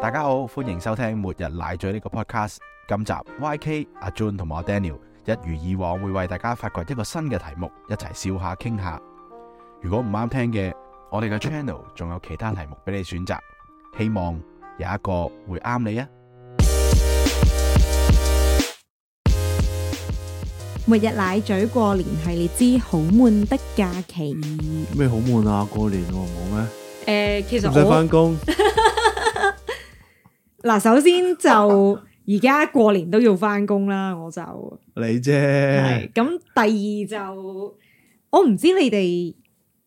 大家好，歡迎收聽《末日奶嘴》呢個 podcast。今集 YK 阿 Jun 同埋我 Daniel 一如以往會為大家發掘一個新嘅題目，一齊笑下傾下。如果唔啱聽嘅，我哋嘅 channel 仲有其他題目俾你選擇，希望有一個會啱你啊！末日奶嘴過年系列之好悶的假期。咩好悶啊？過年喎，冇咩？诶、嗯呃其實唔使我翻 工，嗱，首先就而家過年都要翻工啦，我就你係啫。咁。第二就我唔知你哋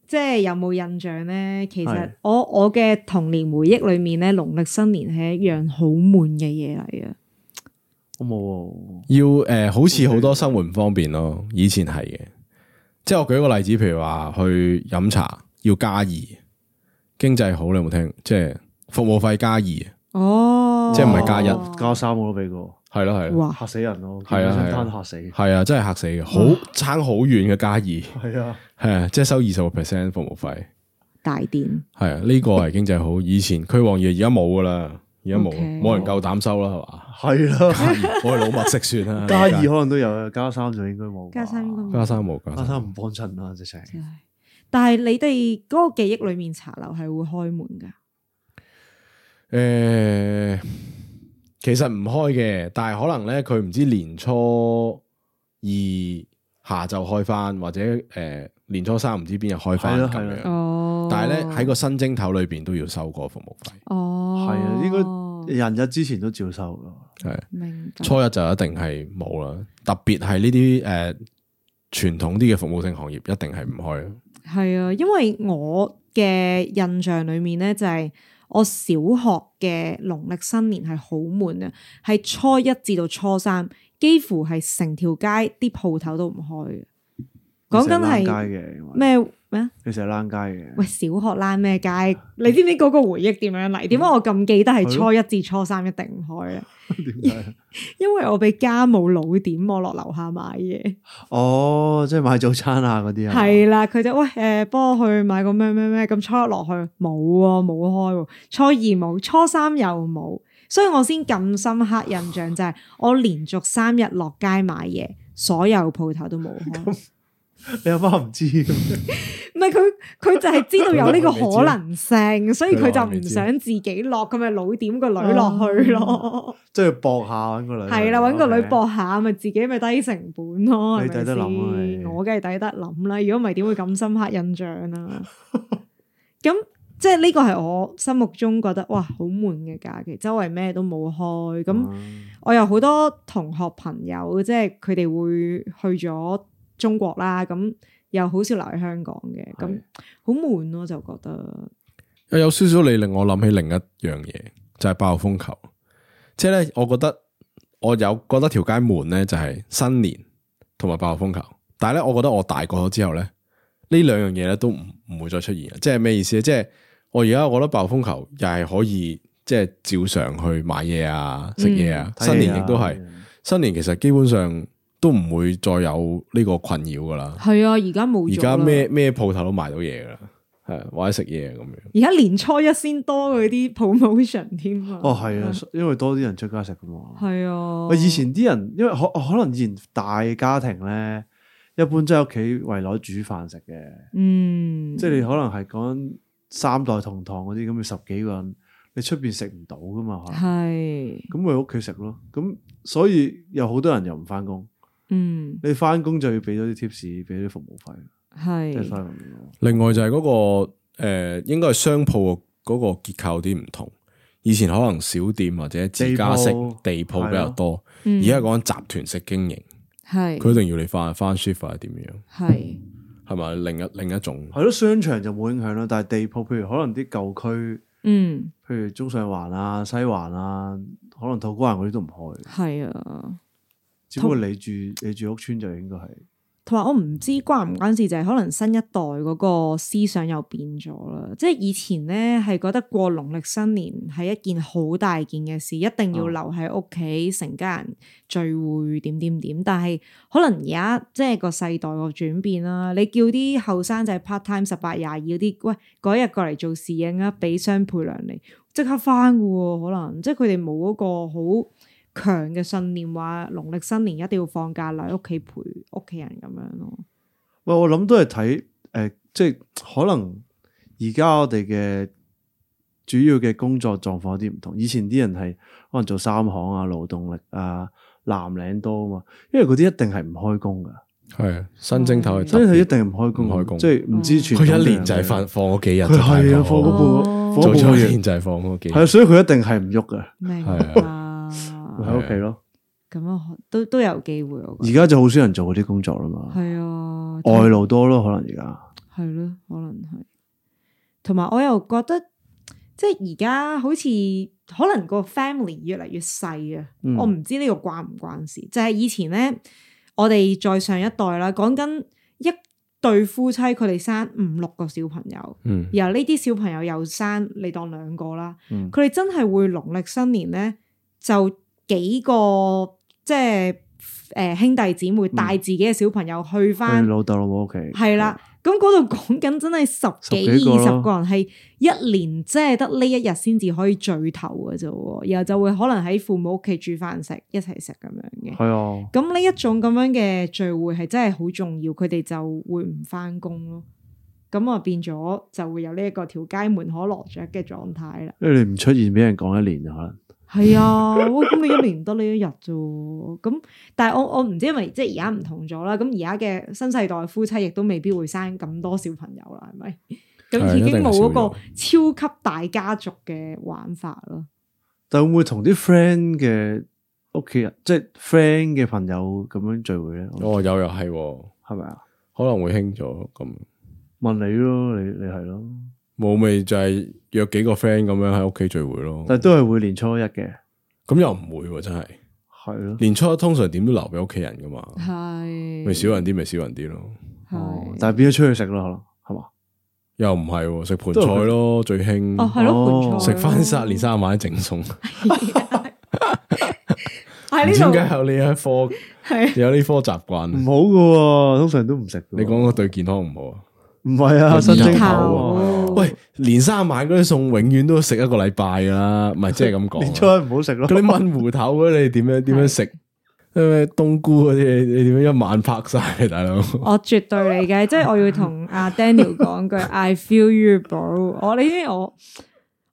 即係有冇印象咧？其實係我我嘅童年回憶裏面咧，農曆新年係一樣好悶嘅嘢嚟嘅。我冇喎，要诶、呃好似好多生活唔方便咯。以前係嘅，即係我舉個例子，譬如話去飲茶要加二，經濟好你有冇聽？即係服務費加二，係哦，即係唔係加一加三我都俾過，咯係咯，哇，嚇死人咯！係啊張係啊單嚇死。係啊，真係嚇死嘅，好差好遠嘅加二，係係啊，啊，即係收二十個 percent 服務費，大電係啊，呢、個係經濟好。以前區王爺而家冇噶啦，而家冇， OK 冇人夠膽收啦，係嘛？係啦，加 二，我係老麥食算啦，加二可能都有啊，加三就應該冇吧。加三應該冇加三冇加加三三，唔幫襯啊啦，直情。真係。啊但係你哋嗰個記憶裏面，茶樓係會開門㗎。诶、呃其實唔開嘅，但係可能咧，佢唔知年初二下晝開翻，或者诶、誒年初三唔知邊日開翻係咯咁係樣。哦，但係咧喺個新蒸頭裏边都要收個服務費，哦，係啊，應該人日之前都照收咯。係明白初一就一定係冇啦。特別係呢啲诶传统啲嘅服務性行業，一定係唔開。係啊，因為我嘅印象裏面咧就係、我小學嘅農曆新年係好悶啊，係初一至到初三，幾乎係成條街啲鋪頭都唔開嘅。講緊你成日躝係街嘅，因為咩咩啊？你成日躝街嘅。喂，小學躝咩 街？你知唔知嗰個回憶點樣嗯嚟？點解我咁記得係初一至初三一定唔開咧？ 點解？啊因為我俾家母老點我落樓下買嘢。哦，即係買早餐啊嗰啲啊。係啦，佢就喂诶，誒幫、我去買個咩咩咩，咁初一落去冇喎，冇開喎，初二冇，初三又冇，所以我先咁深刻印象就係我連續三日落街買嘢，所有鋪頭都冇開。你阿媽唔知啊嘅咩。唔係佢佢就係知道有呢個可能性，所以佢就唔佢想自己落，咁咪老點個女落去咯。 即係搏下揾個女。係啊啦，揾個女 OK 搏下，咪自己咪低成本咯，係你咪抵得諗啊先你我梗係抵得諗啦，如果唔係點會咁深刻印象 啊？咁即係呢個係我心目中覺得哇好悶嘅假期，周圍咩都冇開。咁嗯我有好多同學朋友，即係佢哋會去咗中國啦，咁又好少留喺香港嘅，咁係好悶咯，就覺得有有少少你令我諗起另一樣嘢，就係爆風球。即係咧，我覺得我有覺得條街悶咧，就係新年同埋爆風球。但係咧，我覺得我大個咗之後咧，呢兩樣嘢咧都唔唔會再出現嘅。即係咩意思咧？即係我而家我覺得爆風球又係可以即係照常去買嘢啊、食嘢啊。嗯睇戲啊新年亦都係，新年其實基本上都唔會再有呢個困擾噶啦。係啊，而家冇而咗家啦咩咩鋪頭都賣到嘢噶啦，係或者食嘢啊咁樣。而家年初一先多嗰啲 promotion 添啊！哦，係啊，因為多啲人出街食噶嘛。係啊，喂，以前啲人因為可可能以前大家庭咧，一般即係屋企圍內煮飯食嘅，嗯，即係你可能係講三代同堂嗰啲咁，你十幾個人，你出邊食唔到噶嘛，可能係咁咪屋企食咯。咁所以有好多人又唔翻工，嗯你翻工就要俾多啲 tips，俾啲服務費，即係係翻咁樣咯。另外就係嗰、個誒、呃，應該係商鋪嗰個結構有啲唔同。以前可能小店或者自家式地鋪地鋪比較多，嗯而家講緊集團式經營，嗯係佢一定要你翻翻 shift 啊點樣，係係咪另一另一種？係咯，啊商場就冇影響啦，但係地鋪，譬如可能啲舊區，嗯譬如中上環啊、西環啊，可能土瓜灣嗰啲都唔開。係啊，只不過你住你住屋村就應該係同埋我唔知關唔關事，就係、可能新一代嗰個思想又變咗啦。即係以前咧係覺得過農曆新年係一件好大件嘅事，一定要留喺屋企，成家人聚會點點點。但係可能而家即係個世代個轉變啦，你叫啲後生仔 part time 十八廿二嗰啲，喂嗰日過嚟做侍應啊，俾雙倍糧你，即刻翻嘅喎，可能即係佢哋冇嗰個好。強嘅信念話，農曆新年一定要放假留喺屋企陪屋企人咁樣咯。喂，我諗都係睇誒，即係可能而家我哋嘅主要嘅工作狀況有啲唔同。以前啲人係可能做三行啊、勞動力啊、藍領多啊嘛，因為嗰啲一定係唔開工噶，系啊，新正頭係特所以別佢一定唔開工，唔開工嗯即係唔知全佢一年就係放放嗰幾日，佢係啊，放嗰工半個哦放嗰半做個咗一月年，就係放嗰幾係啊，日。所以佢一定係唔喐噶，明係啊，咪喺屋企咯。咁啊，都都有機會我而覺家就好少人做嗰啲工作啦得嘛，係啊，外勞多嗯咯，可能而家。係咯，可能係。同埋我又覺得，即係而家好似可能個 family 越嚟越細啊。嗯我唔知呢個關唔關事，就係、以前咧，我哋再上一代啦，講緊一對夫妻佢哋生五六個小朋友。嗯，然後呢啲小朋友又生，你當兩個啦，嗯佢哋、真係會農曆新年咧，就幾個即係誒、呃兄弟姊妹嗯帶自己嘅小朋友去佢翻，老豆老母屋企係啦、咁嗰度講緊真係十幾十幾個二咯十個人，係一年即係得呢一日先至可以聚頭嘅啫喎，然後就會可能喺父母屋企煮飯食，一齊食咁樣嘅。係啊，咁呢一種咁樣嘅聚會係真係好重要，佢哋就會唔翻工咯。咁啊變咗就會有呢一個條街門可羅雀嘅狀態啦。因為你唔出現俾人講一年啊可能。係啊，喂，咁你一年得呢一日啫喎。咁但係我我唔知，因為即係而家唔同咗啦。咁而家嘅新世代夫妻亦都未必會生咁多小朋友啦，係 咪？咁係已經冇嗰一個超級大家族嘅玩法咯。但會唔會同啲 friend 嘅屋企人，即係 friend 嘅朋友咁樣聚會咧？哦，有又係喎，係咪啊？可能會興咗咁。問你咯，你你係咯，冇咪就係約幾個 friend 咁樣喺屋企聚會咯。但係都係會年初一嘅，咁又唔會喎，真係係咯。年初一通常點都留俾屋企人噶嘛，係咪少人啲咪少人啲咯。哦係，但係變咗出去食咯，可能係嘛？又唔係喎，食盤都係菜咯，最哦係興咯，盤哦菜食翻咯三年 三十晚整餸，唔喺呢知點解有呢一科 度係有呢科習唔慣。啊好嘅喎，通常都唔食嘅喎。嗯你講個對健康唔好啊？唔係啊？新正頭啊，頭喂，連三晚嗰啲餸永遠都食一個禮拜噶啦，唔係 即係咁 年初一講啊。唔好食咯。嗰啲炆芋頭嗰啲 你點樣點樣食？咩冬菇嗰啲你你點樣一晚拍晒大佬？我絕對理 解，即係我要同阿 Daniel 講句 I feel you bro。我你知我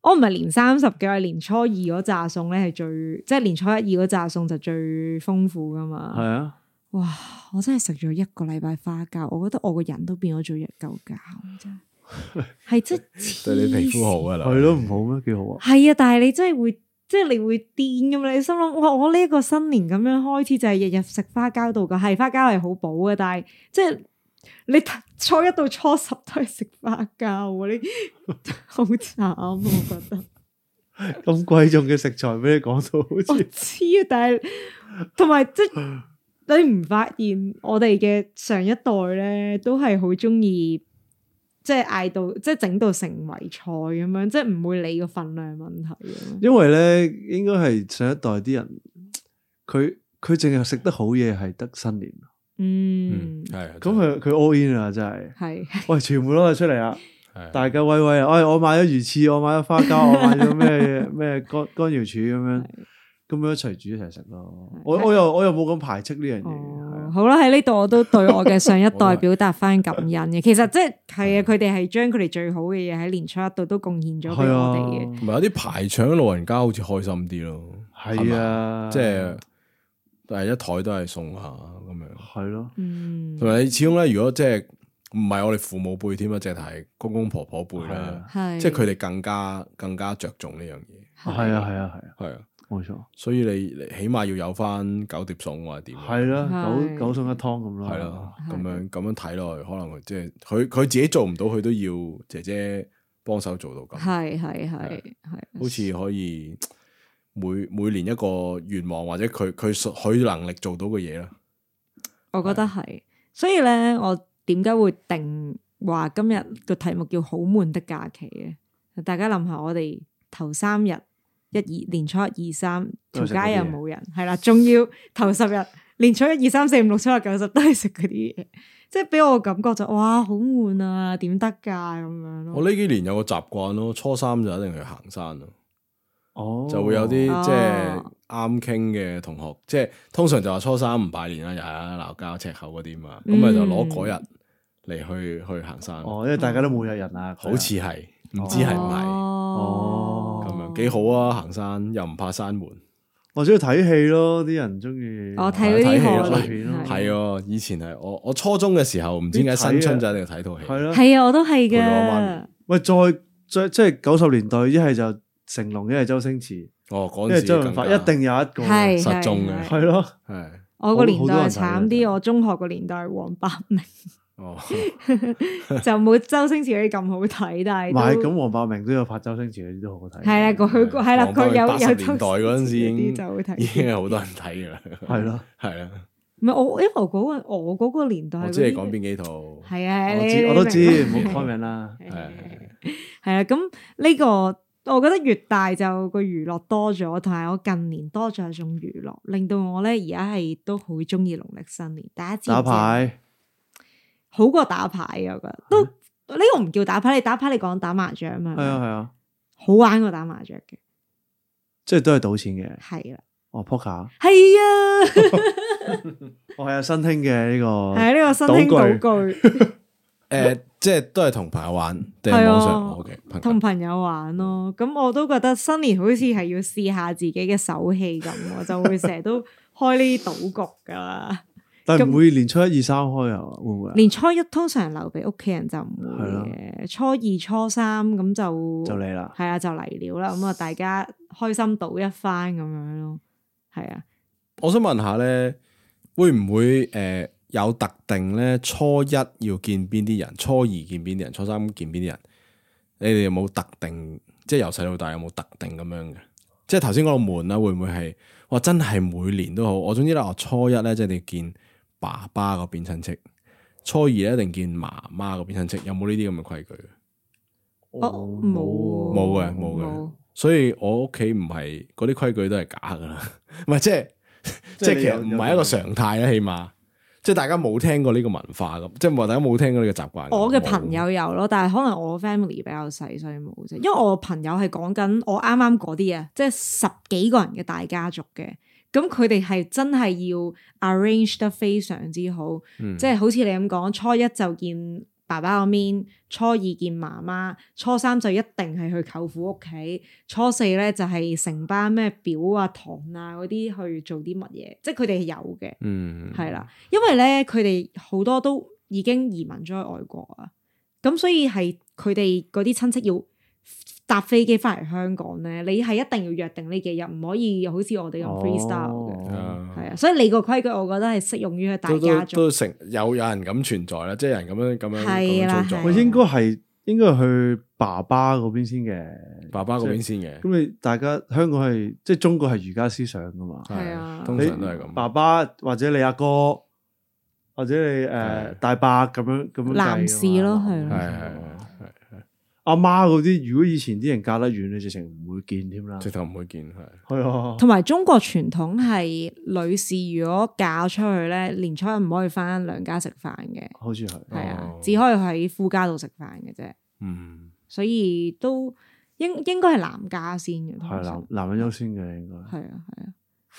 我唔係年三十嘅，我係年初二嗰炸餸咧係最，即係年初一二嗰炸餸就最豐富噶係嘛。啊，哇！我真係食咗一個禮拜花膠，我覺得我個人都變咗做一嚿膠， 真係係真係對你皮膚好啊！啊，係咯，唔好咩？幾好啊！係啊，但係你真係會，即係你會癲咁，你心諗哇，我呢一個新年咁樣開始就係日日食花膠度噶，係花膠係好補嘅，但係即係你 初一到初十都係食花膠喎，你 好慘啊，我覺得。咁貴重嘅食材俾你講到我好似知啊，但係同埋即係你唔發現我哋嘅上一代咧，都係好中意即係嗌到即係整到成圍菜咁樣，即係唔會理個份量問題咁樣。因為咧，應該係上一代啲人，佢佢淨係食得好嘢，係得新年。嗯嗯，，係咁佢佢 all in 啊，真係，係。喂，全部攞晒出嚟啊！係大家威威啊！哎，我買咗魚翅，我買咗花 膠，我買咗咩咩干干瑤柱咁樣，咁樣一齊煮一齊食咯。我我又我又冇咁排斥呢樣嘢，係哦啊，好啦，喺呢度我都對我嘅上 一代表達翻感恩嘅。其實即係係啊，佢哋係將佢哋最好嘅嘢喺年初一度都貢獻咗俾係我哋嘅。啊，同埋有啲排場老人家好似開心啲咯，係啊，即係但係一台都係送下咁樣。係咯，嗯，同埋你始終咧，如果即係唔係我哋父母輩添啊，淨係公公婆婆輩係啦啊，係即係佢哋更加更加着重呢樣嘢，係啊，係啊，係啊，係啊，冇錯，所以你你起碼要有翻九碟餸或者點，啊係啦，係九九餸一湯咁咯，係啦，係咁樣咁樣睇落去，可能佢即係佢佢自己做唔到，佢都要姐姐幫手做 到咁， 係係啊係係，好似可以每每年一個願望或者佢佢所佢能力做到嘅嘢啦，我覺得係。所以咧，我點解會定話今日個題目叫好悶的假期嘅？大家諗下，我哋頭三日一二年初一二三條都係食嗰啲街又嘢冇人，係啦，仲要頭十日年初一二三四五六七八九十都係食嗰啲嘢，即係俾我感覺就哇好悶啊，點得㗎咁樣咯。我呢幾年有個習慣咯，初三就一定去行山咯，哦，就會有啲、哦即係啱傾嘅同學，即係通常就話初三唔拜年啦，又係鬧交、赤口嗰啲嘛，咁咪、就攞嗰日嚟去去行山，哦，因為大家都冇約人啊，好似係，唔知係唔係哦哦咁樣，幾好啊！行山又唔怕閂門，我中意睇戲咯，啲人中意。啊我哦睇嗰睇戲啲咯荷睇片咯里係係啊！以前係我我初中嘅時候，唔知點解新春就一定要睇套戲，啊係啦，係啊，我都係陪我媽嘅咪。喂，再再即係九十年代，一係就成龍，一係周星馳，哦嗰一陣係時周潤更發，加一定有一個係失蹤嘅係咯。係我個年代係好慘多人睇啲，嘅我中學個年代係黃百鳴哦， 就冇周星馳嗰啲咁好睇，但唔係係咁，黃百鳴都有拍周星馳嗰啲都好好睇。系啊啦，佢佢係啦，佢黃百鳴有80有周星年代嗰陣時已馳嗰啲經就好已經睇。係好多人睇噶啦，係咯，係啊，唔係我，因為我嗰個我嗰個年代我嗰知啲你講邊幾套，係啊，係啊我你知我都知，你明唔白好開 名啦。係係係啦，咁呢個我覺得越大就個娛樂多咗，同埋我近年多咗一種娛樂，令到我咧而家係都好中意農曆新年。大家知唔知打牌好過打牌啊，我覺得嗯都呢個唔叫打牌，你打牌你講打麻雀啊嘛，係啊係啊，好玩過打麻雀嘅，即係都係賭錢嘅。係啦，哦，poker，係啊， 我係啊新興嘅呢係呢個新興哦賭具賭具， 誒，即係都係同朋友玩定係係啊網上我嘅朋同友。朋友玩咯。咁我都覺得新年好似係要試下自己嘅手氣咁，我就會成日都開呢啲賭局噶啦。個，但係唔啊會年初一二三開啊，會唔會啊？年初一通常留俾屋企人就唔會係咯嘅，初二、初三咁就就嚟啦，係啊，就嚟了啦。咁啊，大家開心賭一番咁樣咯，係啊。我想問下咧，會唔會誒有特定咧？初一要見邊啲人，初二見邊啲人，初三見邊啲人？你哋有冇特定？即係由細到大有冇特定咁樣嘅？即係頭先嗰個門啦，會唔會係哇？真係每年都好。我總之咧，我初一咧即係你見爸爸嗰邊親戚，初二咧一定見媽媽嗰邊親戚。有冇呢啲咁嘅規矩？哦，啊冇啊喎冇嘅冇嘅所以我屋企唔係嗰啲規矩都係假噶啦， 唔係即係 即即係係你其實有唔係一個常態啊啦，起碼即係大家冇聽過呢個文化咁，即係話大家冇聽過呢個習慣。我嘅朋友有咯，但係可能我 family 比較細，所以冇啫。因為我朋友係講緊我啱啱嗰啲啊，即係十幾個人嘅大家族嘅，咁佢哋係真係要 arrange 得非常之好，嗯即係好似你咁講，初一就見爸爸個面，初二見媽媽，初三就一定係去舅父屋企，初四咧就係成班咩表啊、堂啊嗰啲去做啲乜嘢，即係佢哋係有嘅。嗯係啊啦，因為咧佢哋好多都已經移民咗去外國啊，咁所以係佢哋嗰啲親戚要搭飛機翻嚟香港咧，你係一定要約定呢幾日，唔可以好似我哋咁 freestyle 嘅，哦係啊，所以你個規矩我覺得係適用於喺大嗯都都家族都，成有有人咁存在啦，即係有人咁樣咁樣咁係樣啦操作啦。係啊喂，應該係應該係去爸爸嗰邊先嘅。爸爸嗰邊先嘅，咁你大家香港係即係中國係儒家思想噶嘛？係啊通你常都係咁。爸爸或者你阿哥或者你誒係大伯咁樣咁樣計㗎嘛男士咯係係咯係係嗯係阿媽嗰啲，如果以前啲人嫁得遠，你直情唔會見添啦。直頭唔會見係。係啊，同埋中國傳統係女士如果嫁出去咧，年初一唔可以翻娘家食飯嘅，好似係。係啊哦，只可以喺夫家度食飯嘅啫。嗯，所以都應應該係男家先嘅，係通男常男人優先嘅應該，係啊係啊，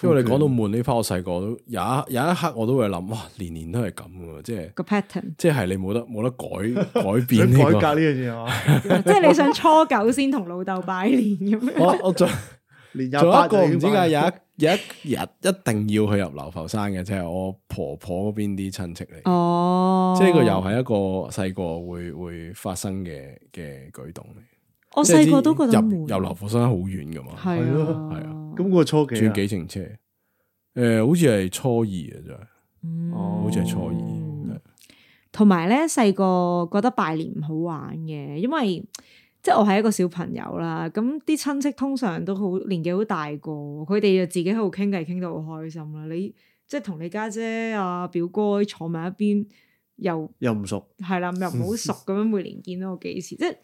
因為你講到悶呢 part，我細個都有一有一刻我都會諗，哇，年年都係咁嘅，即係。個 pattern，即係你冇得冇得 改改變想啊呢、改個。革呢樣嘢啊，即係你想初九先同老豆拜年咁樣，我我仲連仲廿有八一個唔知點解有日一有一日一定要去入流浮山嘅，即係我婆婆嗰邊啲親戚嚟。哦，即係呢個又係一個細個會會發生嘅嘅舉動嚟。我即係細個都覺得入悶，入流浮山好遠噶嘛，係係咯啊係啊咁個初幾轉啊？幾程車。誒、好似係初二嘅啫，嗯哦好似係初二。嗯係同埋咧，細個覺得拜年唔好玩嘅，因為即係我係一個小朋友啦。咁啲親戚通常都好年紀好大個，佢哋就自己喺度傾偈傾到好開心啦。你即係同你家姐啊表哥坐埋一邊，又又唔熟，係啦，又唔好熟咁樣，每年見到我幾次，即係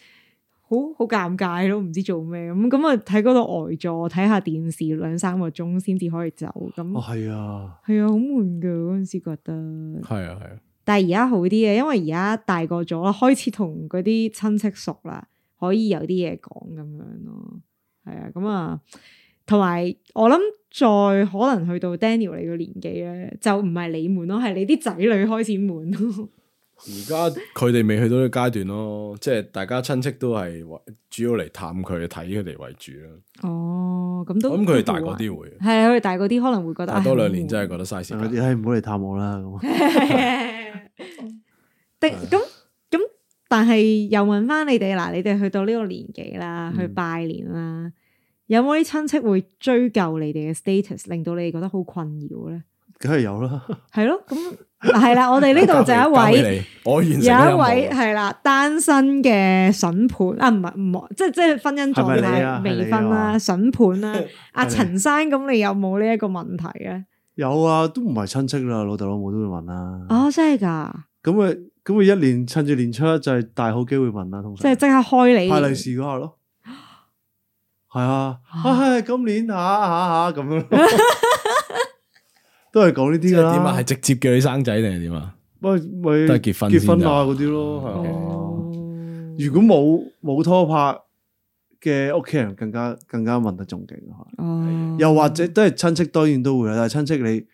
好好尷尬咯，唔知做咩咁咁啊！喺嗰度呆坐睇下電視兩三個鐘先至可以走，咁哦係啊，係啊，好悶噶嗰陣時覺得。系啊系啊，但係而家好啲嘅，因為而家大個咗啦，開始同嗰啲親戚熟啦，可以有啲嘢講咁樣咯。係啊，咁啊，同埋我諗再可能去到 Daniel 你個年紀咧，就唔係你悶咯，係你啲仔女開始悶咯。而家佢哋未去到呢個階段咯，即係大家親戚都係為主要嚟探佢、睇佢哋為主啦。哦，咁都咁佢哋大個啲會，係啊，佢哋大個啲可能會覺得大多兩年真 真係覺得嘥但嗰時啲間。唉唔好嚟探我啦咁，的咁咁，但係又問翻你哋嗱，你哋去到呢個年紀啦，嗯去拜年啦，有冇啲親戚會追究你哋嘅 status，令到你哋覺得好困擾咧？梗係有啦， 係咯，咁嗱係啦，我哋呢 度就交俾有一位。你，我完有成一咗任務位係啦，單身嘅筍盤啊，唔係唔即係即係婚姻狀係咪你啊態未婚啦，筍盤 啦，阿係陳生咁，你有冇呢一個問題咧？有啊，都唔係親戚啦，老豆老母都會問啦，哦，真係㗎，咁啊咁啊一年趁住年初一就係大好機會問啦，通即常係即刻開你派利是嗰下 咯，係啊，啊唉今年啊下下下咁 樣咯，都係講呢即啲係㗎點啊？啦係，直接叫你生仔定係點啊？咪咪都係結婚結婚先啊啊嗰啲咯，係啊哦，如果冇冇拖拍嘅屋企人更加更加問得仲勁啊可能哦，又或者都係親戚當然都會啦，但係親戚你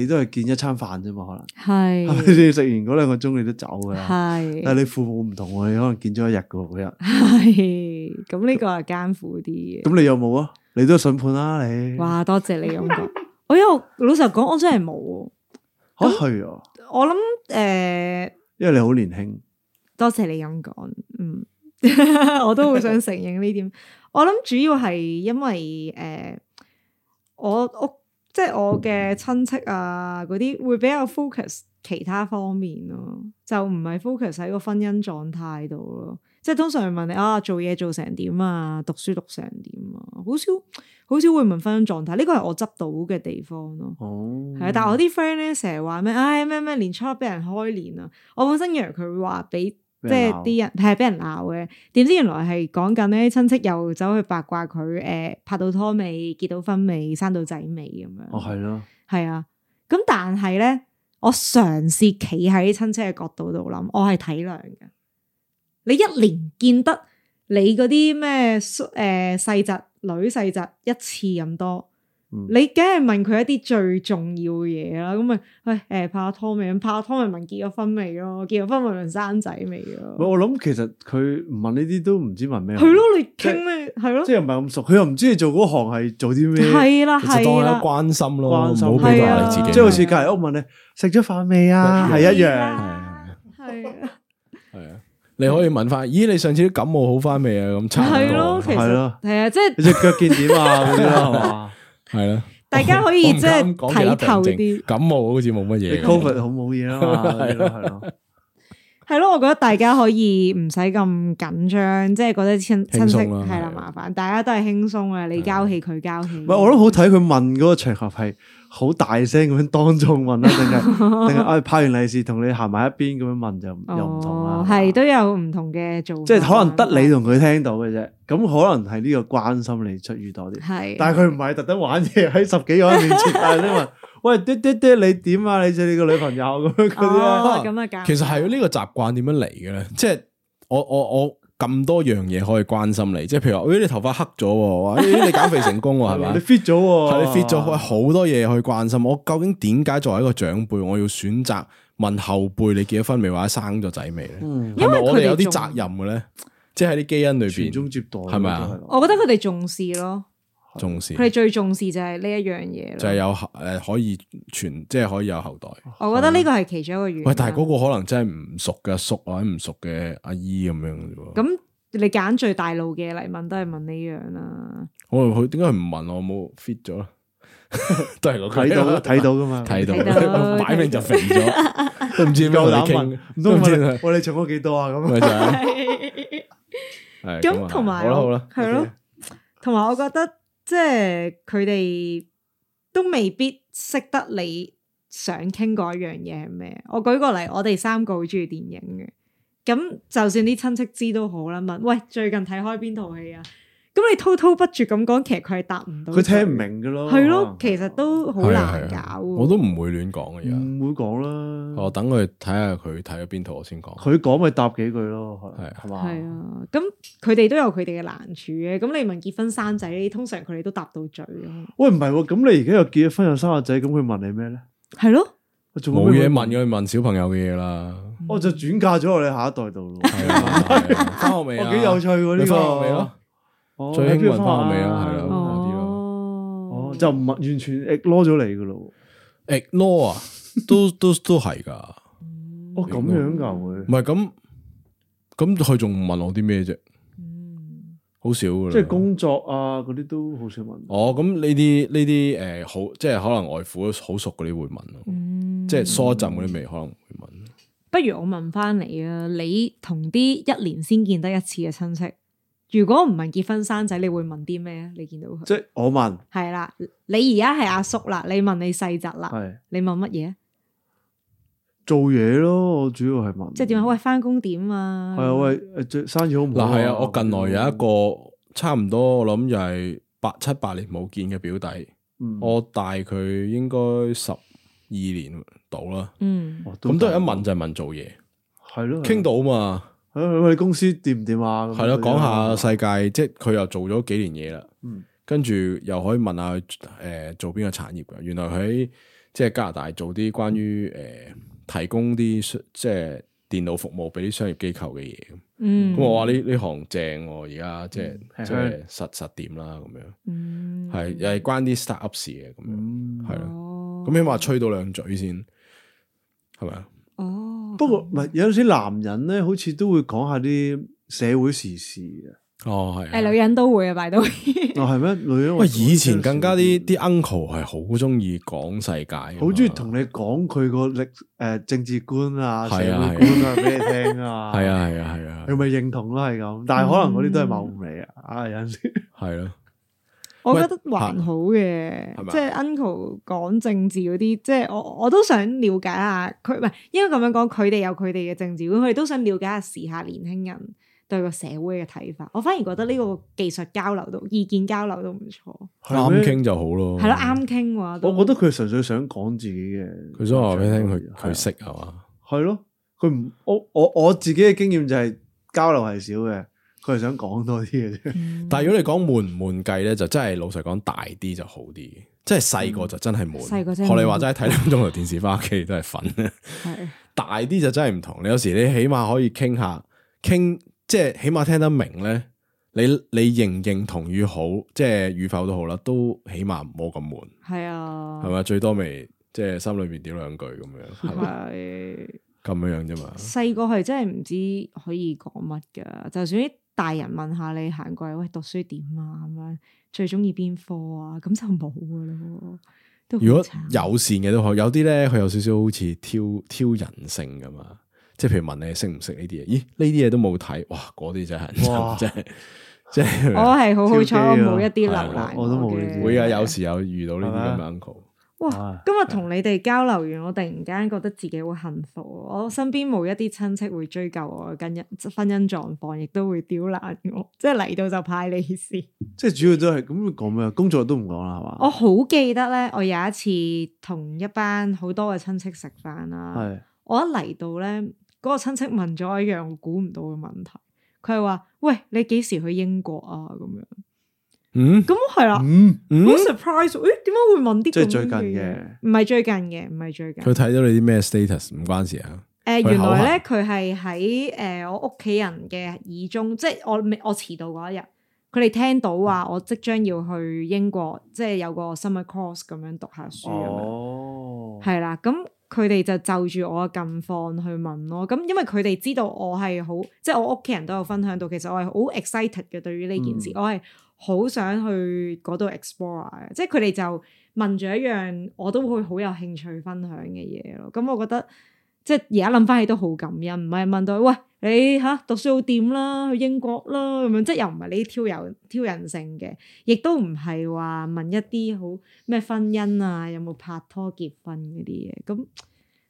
你都係見一餐飯啫嘛，可能係咪係先食完嗰兩個鐘你都走㗎啦？但係係你父母唔同喎，你可能見咗一日㗎喎嗰日，係，咁呢個係艱苦啲嘅。咁你有冇啊？你都筍盤啦你，嚇哇，多謝你咁講。我因為老實講，我真係冇。係啊，我諗誒，因為你好年輕，多謝你咁講。嗯， 我都好想承認呢點。我諗主要係因為誒，我屋即係我嘅親戚啊嗰啲會比較 focus 其他方面咯，就唔係 focus 喺個婚姻狀態度咯。即係通常問你啊，做嘢做成點啊，讀書讀成點啊，好少好少會問婚姻狀態。呢個係我執到嘅地方咯。哦，係啊，但係我啲 friend 咧成日話咩，唉咩咩年初一俾人開年啊！我本身以為佢會話俾即俾係人鬧啲人係俾人鬧嘅，點知原來係講緊咧親戚又走去八卦佢誒、拍到拖未、結到婚未、生到仔未咁樣。哦係咯，係啊，咁但係咧，我嘗試企喺親戚嘅角度度諗，我係體諒嘅。你一年見得你嗰啲咩誒細侄女細侄一次咁多，嗯你梗係問佢一啲最重要嘅嘢啦。咁咪喂誒拍咗拖未？咁拍咗拖咪問結咗婚未咯？結咗婚咪問生仔未喂咯？我諗其實佢唔問呢啲都唔知問咩，係咯，，你傾咩？係咯啊即，係又唔係咁熟，佢又唔知你做嗰行係做啲咩。係啦，其實當係係啦。關心咯，關唔心好俾到壓係啊力自己。即係好似隔離屋問你食咗飯未啊，一樣係一係樣啊。係係啊啊，你可以問翻，咦？你上次啲感冒好翻未啊？咁差唔係多咯，其實係咯係啊，即係你只腳見點啊？嗰啲啦，係 嘛？係啦。大家可 我以唔即係敢講其他睇透病症啲。感冒好似冇乜你嘢咁。 Covid 好冇嘢啊嘛，係咯係咯，係咯，我覺得大家可以唔使咁緊張，即係覺得親親戚輕鬆啦係啦係麻煩，大家都係輕鬆啊，你交氣佢交氣。唔係我諗好睇佢問嗰個場合係好大聲咁樣當眾問 啦，定係定係唉派完利是同你行埋一邊咁樣問就又唔同啦哦，，係都有唔同嘅做法，即係可能得你同佢聽到嘅啫，咁可能係呢個關心你出於多啲，係，但係佢唔係特登玩嘢喺十幾個人面前，但係你 問喂爹爹爹你點啊？你似你個女朋友咁樣嗰啲咧。哦咁啊搞，其實係呢個習慣點樣嚟嘅咧？即係我我我咁多樣嘢可以關心你，即係譬如話，咦你頭髮黑咗喎，哇咦你減肥成哦功喎，係 咪你？fit 咗喎，係你 fit 咗，喂好多嘢去關心。我究竟點解作為一個長輩，我要選擇問後輩你結咗婚未或者生咗仔未咧？嗯係因為咪佢哋我哋有啲仲責任嘅咧？即係喺啲基因裏傳宗邊接代係咪啊都係咯我覺得佢哋重視咯，重視，佢哋最重視就係呢一樣嘢就係咯。有诶可以傳，即係可以有後代。我覺得呢個係其中一個原因。喂，但係嗰個可能真係唔熟嘅叔或者唔熟嘅阿姨咁樣嘅啫喎。咁你揀最大路嘅嚟問，都係問呢樣啦。我佢點解唔問我冇 fit 咗咧？ 都係嗰句睇 到睇到噶嘛，睇睇到到，擺明就肥 咗，都唔知點夠樣膽同問你傾，，唔都通唔知問佢我哋重咗幾多啊？咁咪就係係咁咁啊同埋好啦好啦，係咯，同埋我覺得即係佢哋都未必識得你想傾嗰樣嘢係咩。我舉個例，我哋三個好中意電影嘅，咁就算啲親戚知都好啦，問喂最近睇開邊套戲啊？咁你滔滔不絕咁講，其實佢係答唔到，佢聽唔，明噶咯，係咯，其實都好係啊難係啊搞喎。我都唔會亂講嘅而家。唔會講啦。我等佢睇下佢睇咗邊套，我先講。佢講咪答幾句咯，係啊係嘛？係啊，咁佢哋都有佢哋嘅難處嘅。咁你問結婚生仔呢啲，通常佢哋都答到嘴咯。喂，唔係喎，咁你而家又結咗婚有三個仔，咁佢問你咩咧？係咯，我仲有冇咩嘢問嘅，問小朋友嘅嘢啦。我就轉嫁咗落你下一代度咯。係啊係啊翻學未我啊？幾有趣喎呢你翻學未啊個咯。？哦最興你邊度問返學未啊返學係啊嗰啲咯哦哦，就唔完全 ignore 咗你噶咯。 ignore 啊，都都都係㗎。哦，咁樣噶會唔，係咁，咁佢仲唔問我啲咩啫？嗯好少㗎啦。即係工作啊嗰啲都好少問。哦，咁呢啲呢啲诶，呃好即係可能外父好熟嗰啲會問咯，嗯即係疏浸嗰啲未可能會問。不如我問翻你啊，你同啲一年先見得一次嘅親戚，如果唔問結婚生仔，你會問啲咩啊？你見到佢即係我問係啦，你而家係阿叔啦，你問你細侄啦，係你問乜嘢？做嘢咯，我主要係問。即係點啊？喂，翻工點啊？係啊，喂，誒最生意好唔好？嗱係啊，我近來有一，個差唔多，我諗又係八七八年冇見嘅表弟，嗯我大佢應該十二年到啦。嗯，哦咁都係一問就係問做嘢，係咯，傾到嘛，係咯，喂，你公司掂唔掂啊？咁係嗰啲咯，講下世界，即係佢又做咗幾年嘢啦。嗯跟住又可以問下佢誒做邊個產業嘅？原來佢喺即係加拿大做啲關於誒、提供啲商即係電腦服務俾啲商業機構嘅嘢。咁、嗯，我話呢呢行正喎、而家即係、嗯即係實實掂啦咁樣，嗯，係又係關啲 startup 事嘅咁樣，嗯係咯、哦，咁起碼吹到兩嘴先，係咪啊？哦，不過唔係有啲男人咧，好似都會講下啲社會時事 嘅。哦，係啊。誒女人都會啊，拜都會，哦，係咩？女人喂，以前更加啲啲 uncle 係好中意講世界㗎嘛，嗯好中意同你講佢個歷誒政治觀啊、社會係啊觀啊俾你聽啊。 係啊係嗯啊係啊你咪認同咯，係咁。但係可能嗰啲都係謬誤嚟啊！啊，有陣時係咯。我覺得還好嘅係，咪即係 uncle 講政治嗰啲，即係我我都想了解下佢，唔係應該咁樣講，佢哋有佢哋嘅政治觀，佢哋都想了解下時下年輕人對個社會嘅睇法。我反而覺得呢個技術交流都意見交流都唔錯，哦係咩啱傾就好咯。係咯，啱傾喎。都我覺得佢純粹想講自己嘅。佢想話俾你聽，佢係啊佢識係嘛？係咯，佢唔我我我自己嘅經驗就係交流係少嘅，佢係想講多啲嘅啫。嗯但係如果你講悶唔悶計咧，就真係老實講大啲就好啲嘅，即係細個就真係悶。細個真係悶學你話齋睇兩鐘頭電視翻屋企都係瞓。係大啲就真係唔同，你有時你起碼可以傾下傾，即係起碼聽得明咧。你你認唔認同與好，即係與否都好啦，都起碼唔好咁悶，係啊係，咪？最多咪即係心裏面屌兩句咁樣，哦係咪係。咁樣樣啫嘛。細個係真係唔知可以講乜噶，就算啲大人問下你行過嚟，喂讀書點啊咁樣，最中意邊科啊，咁就冇噶咯。都好如果慘友善嘅都好，有啲咧佢有少少好似挑挑人性噶嘛，即係譬如問你識唔識呢啲嘢，咦呢啲嘢都冇睇，哇嗰啲真哇係 真係真係我係好好彩，跳我機啊冇一啲係留難我我都冇呢嘅。啲會啊，有時有遇到呢啲咁嘅 uncle，哇唉！今日同你哋交流完，我突然間覺得自己好幸福。我身邊冇一啲親戚會追究我嘅婚姻婚姻狀況，亦都會刁難我，即係嚟到就派利是。即係主要都係咁講咩？工作都唔講啦，係我嘛？好記得咧，我有一次同一班好多嘅親戚食飯啊啦。係我一嚟到咧，嗰、個親戚問咗我一樣我估唔到嘅問題，佢係話：喂，你幾時去英國啊？咁樣，嗯咁係啦，好嗯，嗯， surprise！誒點解會問啲即咁係最近嘅嘢？嘅唔係最近嘅，唔係最近。佢誒、睇到你啲咩 status 唔關事啊，佢原口來咧，佢係喺誒我屋企人嘅耳中，即係我未我遲到嗰一日，佢哋聽到話嗯我即將要去英國，即係有個 summer course 咁樣讀下書咁樣。哦，係啦，咁佢哋就就住我嘅近況去問咯。咁因為佢哋知道我係好，即係我屋企人都有分享到，其實我係好 excited 嘅對於呢件事，我係好想去嗰度 explore 嘅。即係佢哋就問咗一樣我都會好有興趣分享嘅嘢咯。咁我覺得。即係而家諗翻起都好感恩，唔係問到喂你吓讀書好點啦，去英國啦咁樣，即係又唔係呢啲挑人挑人性嘅，亦都唔係話問一啲好咩婚姻啊，有冇拍拖結婚嗰啲嘢，咁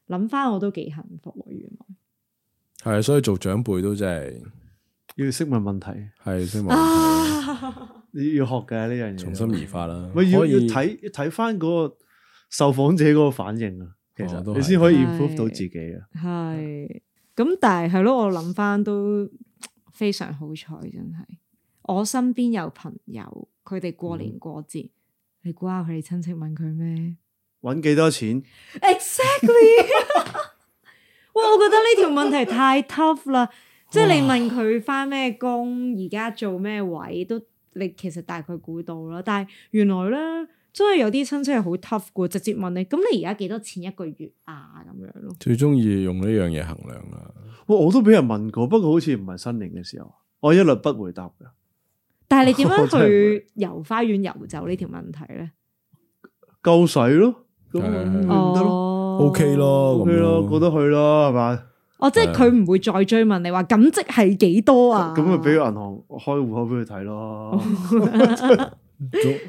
諗翻我都幾幸福喎，原來係啊，所以做長輩都真要識問問題，係係先望啊，你要學嘅呢樣嘢。從心而發啦。喂，要可要以睇要睇翻嗰個受訪者嗰個反應啊，其哦實都係你先可以係 improve 到自己啊。係咁，但係係咯，我諗翻都非常好彩，真係。我身邊有朋友，佢哋過年過節，你估下佢哋親戚問佢咩？揾幾多錢？ Exactly 。 哇，我覺得呢條問題 太 tough 啦，即係你問佢翻咩工，而家做咩位都，你其實大概估到啦。但係原來咧，真係有啲親戚係好 tough 嘅，直接問你，咁你而家幾多錢一個月啊？咁樣咯。最中意用呢樣嘢衡量啊啦。我我都俾人問過，不過好似唔係新年嘅時候，我一律不回答嘅。但係你點 我真樣係去遊花園遊走呢條問題咧？夠水咯，咁係咁係嗯咪唔得咯 OK 咯哦，OK 咯，過得去咯，係啊嘛？哦，即係佢唔會再追問你話咁即係幾多啊？咁咪俾銀行開戶口俾佢睇 咯。咁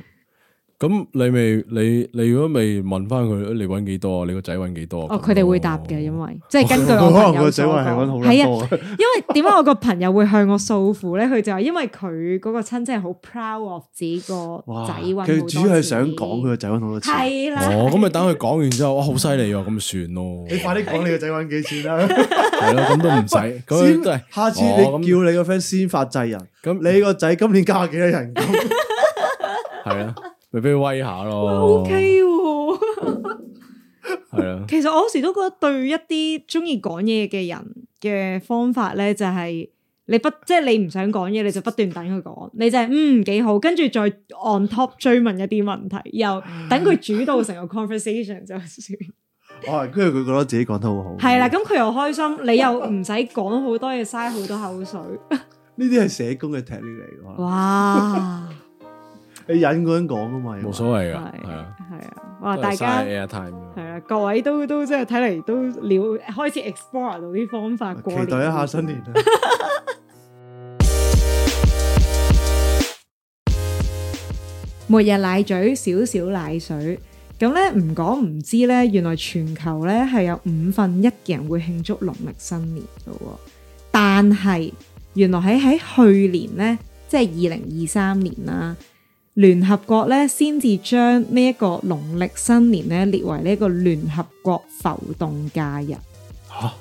咁你咪你你如果咪問翻佢，哎你搵幾多啊？你個仔搵幾多啊？哦，佢哋會答嘅，因哦為即係根據我可朋能友個仔所話係揾好講，撚係啊，多因嘅，為點解我個朋友會向我訴苦咧？佢就係因為佢嗰個親戚係好 proud of 自己個哇！ 仔揾好多佢主要係想講佢佢個仔揾好多錢。係啦，哦，咁咪等佢講完之後，哇，好犀利啊！咁咪算咯，你快啲講你個仔揾幾錢 啦！係咯，咁都唔使，咁先都係。下次哦你咁叫你個 friend 先發制人，咁你個仔今年加幾多 人工？係啊，咪俾佢威下咯。哦 OK 喎。係啊，其實我有時都覺得對一啲中意講嘢嘅人嘅方法咧，就係、你不即係你唔想講嘢，你就不斷等佢講，你就係、嗯幾好，跟住再 on top 追問一啲問題，又等佢主導成個 conversation 就 算。哦，跟住佢覺得自己講得好好。係啦，咁佢又開心，你又唔使講好多嘢，嘥好多口 水。呢啲係社工嘅 technique 嚟㗎。哇，你引嗰人講啊嘛，冇所謂噶，係係啊，係啊，哇！大家係 air time。啦，各位都都即係睇嚟都了開始 explore 到啲方法過期年待一下新年 啊！末日奶嘴，少少奶水。咁咧唔講唔知咧，原來全球咧係有五分一嘅人會慶祝農曆新年嘅喎。但係原來喺喺去年咧，即係二零二三年啦，聯合國咧先至將呢一個農曆新年咧列為呢一個聯合國浮動假日，吓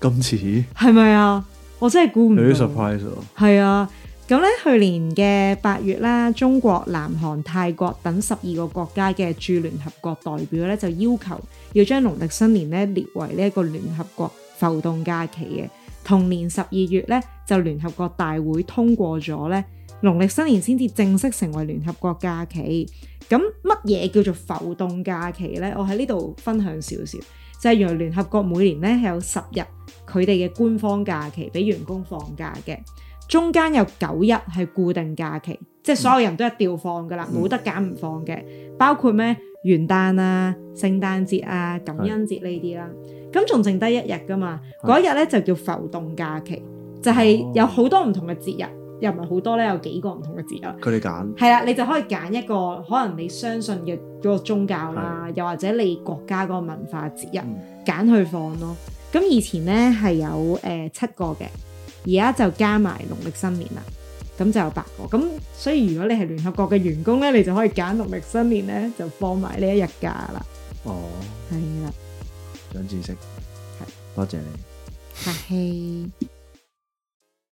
咁似，係咪啊？我真係估唔有啲到。 surprise 喎。係啊，咁咧去年嘅八月啦，中國、南韓、泰國等十二個國家嘅駐聯合國代表咧，就要求要將農曆新年咧列為呢一個聯合國浮動假期嘅。同年十二月咧，就聯合國大會通過咗咧，農曆新年先至正式成為聯合國假期。咁乜嘢叫做浮動假期咧？我喺呢度分享少少，就係、原來聯合國每年咧有十日佢哋嘅官方假期俾員工放假嘅。中間有九日係固定假期，即係所有人都一定要放噶啦，冇、得揀唔放嘅。包括咩元旦啊、聖誕節啊、感恩節呢啲啦。咁仲剩低一日噶嘛，嗰一日咧就叫浮動假期，就係、哦有好多唔同嘅節日，又唔係好多咧，有幾個唔同嘅節日。佢哋揀係啦，你就可以揀一個可能你相信嘅嗰個宗教啦，又或者你國家嗰個文化節日嗯揀、去放咯。咁以前呢係有誒、呃七個嘅，而家就加埋農曆新年啦，咁就有八個。咁所以如果你係聯合國嘅員工呢，你就可以揀農曆新年呢，就放埋呢一日假啦。哦，係啦，啊長知識，多謝客你。氣。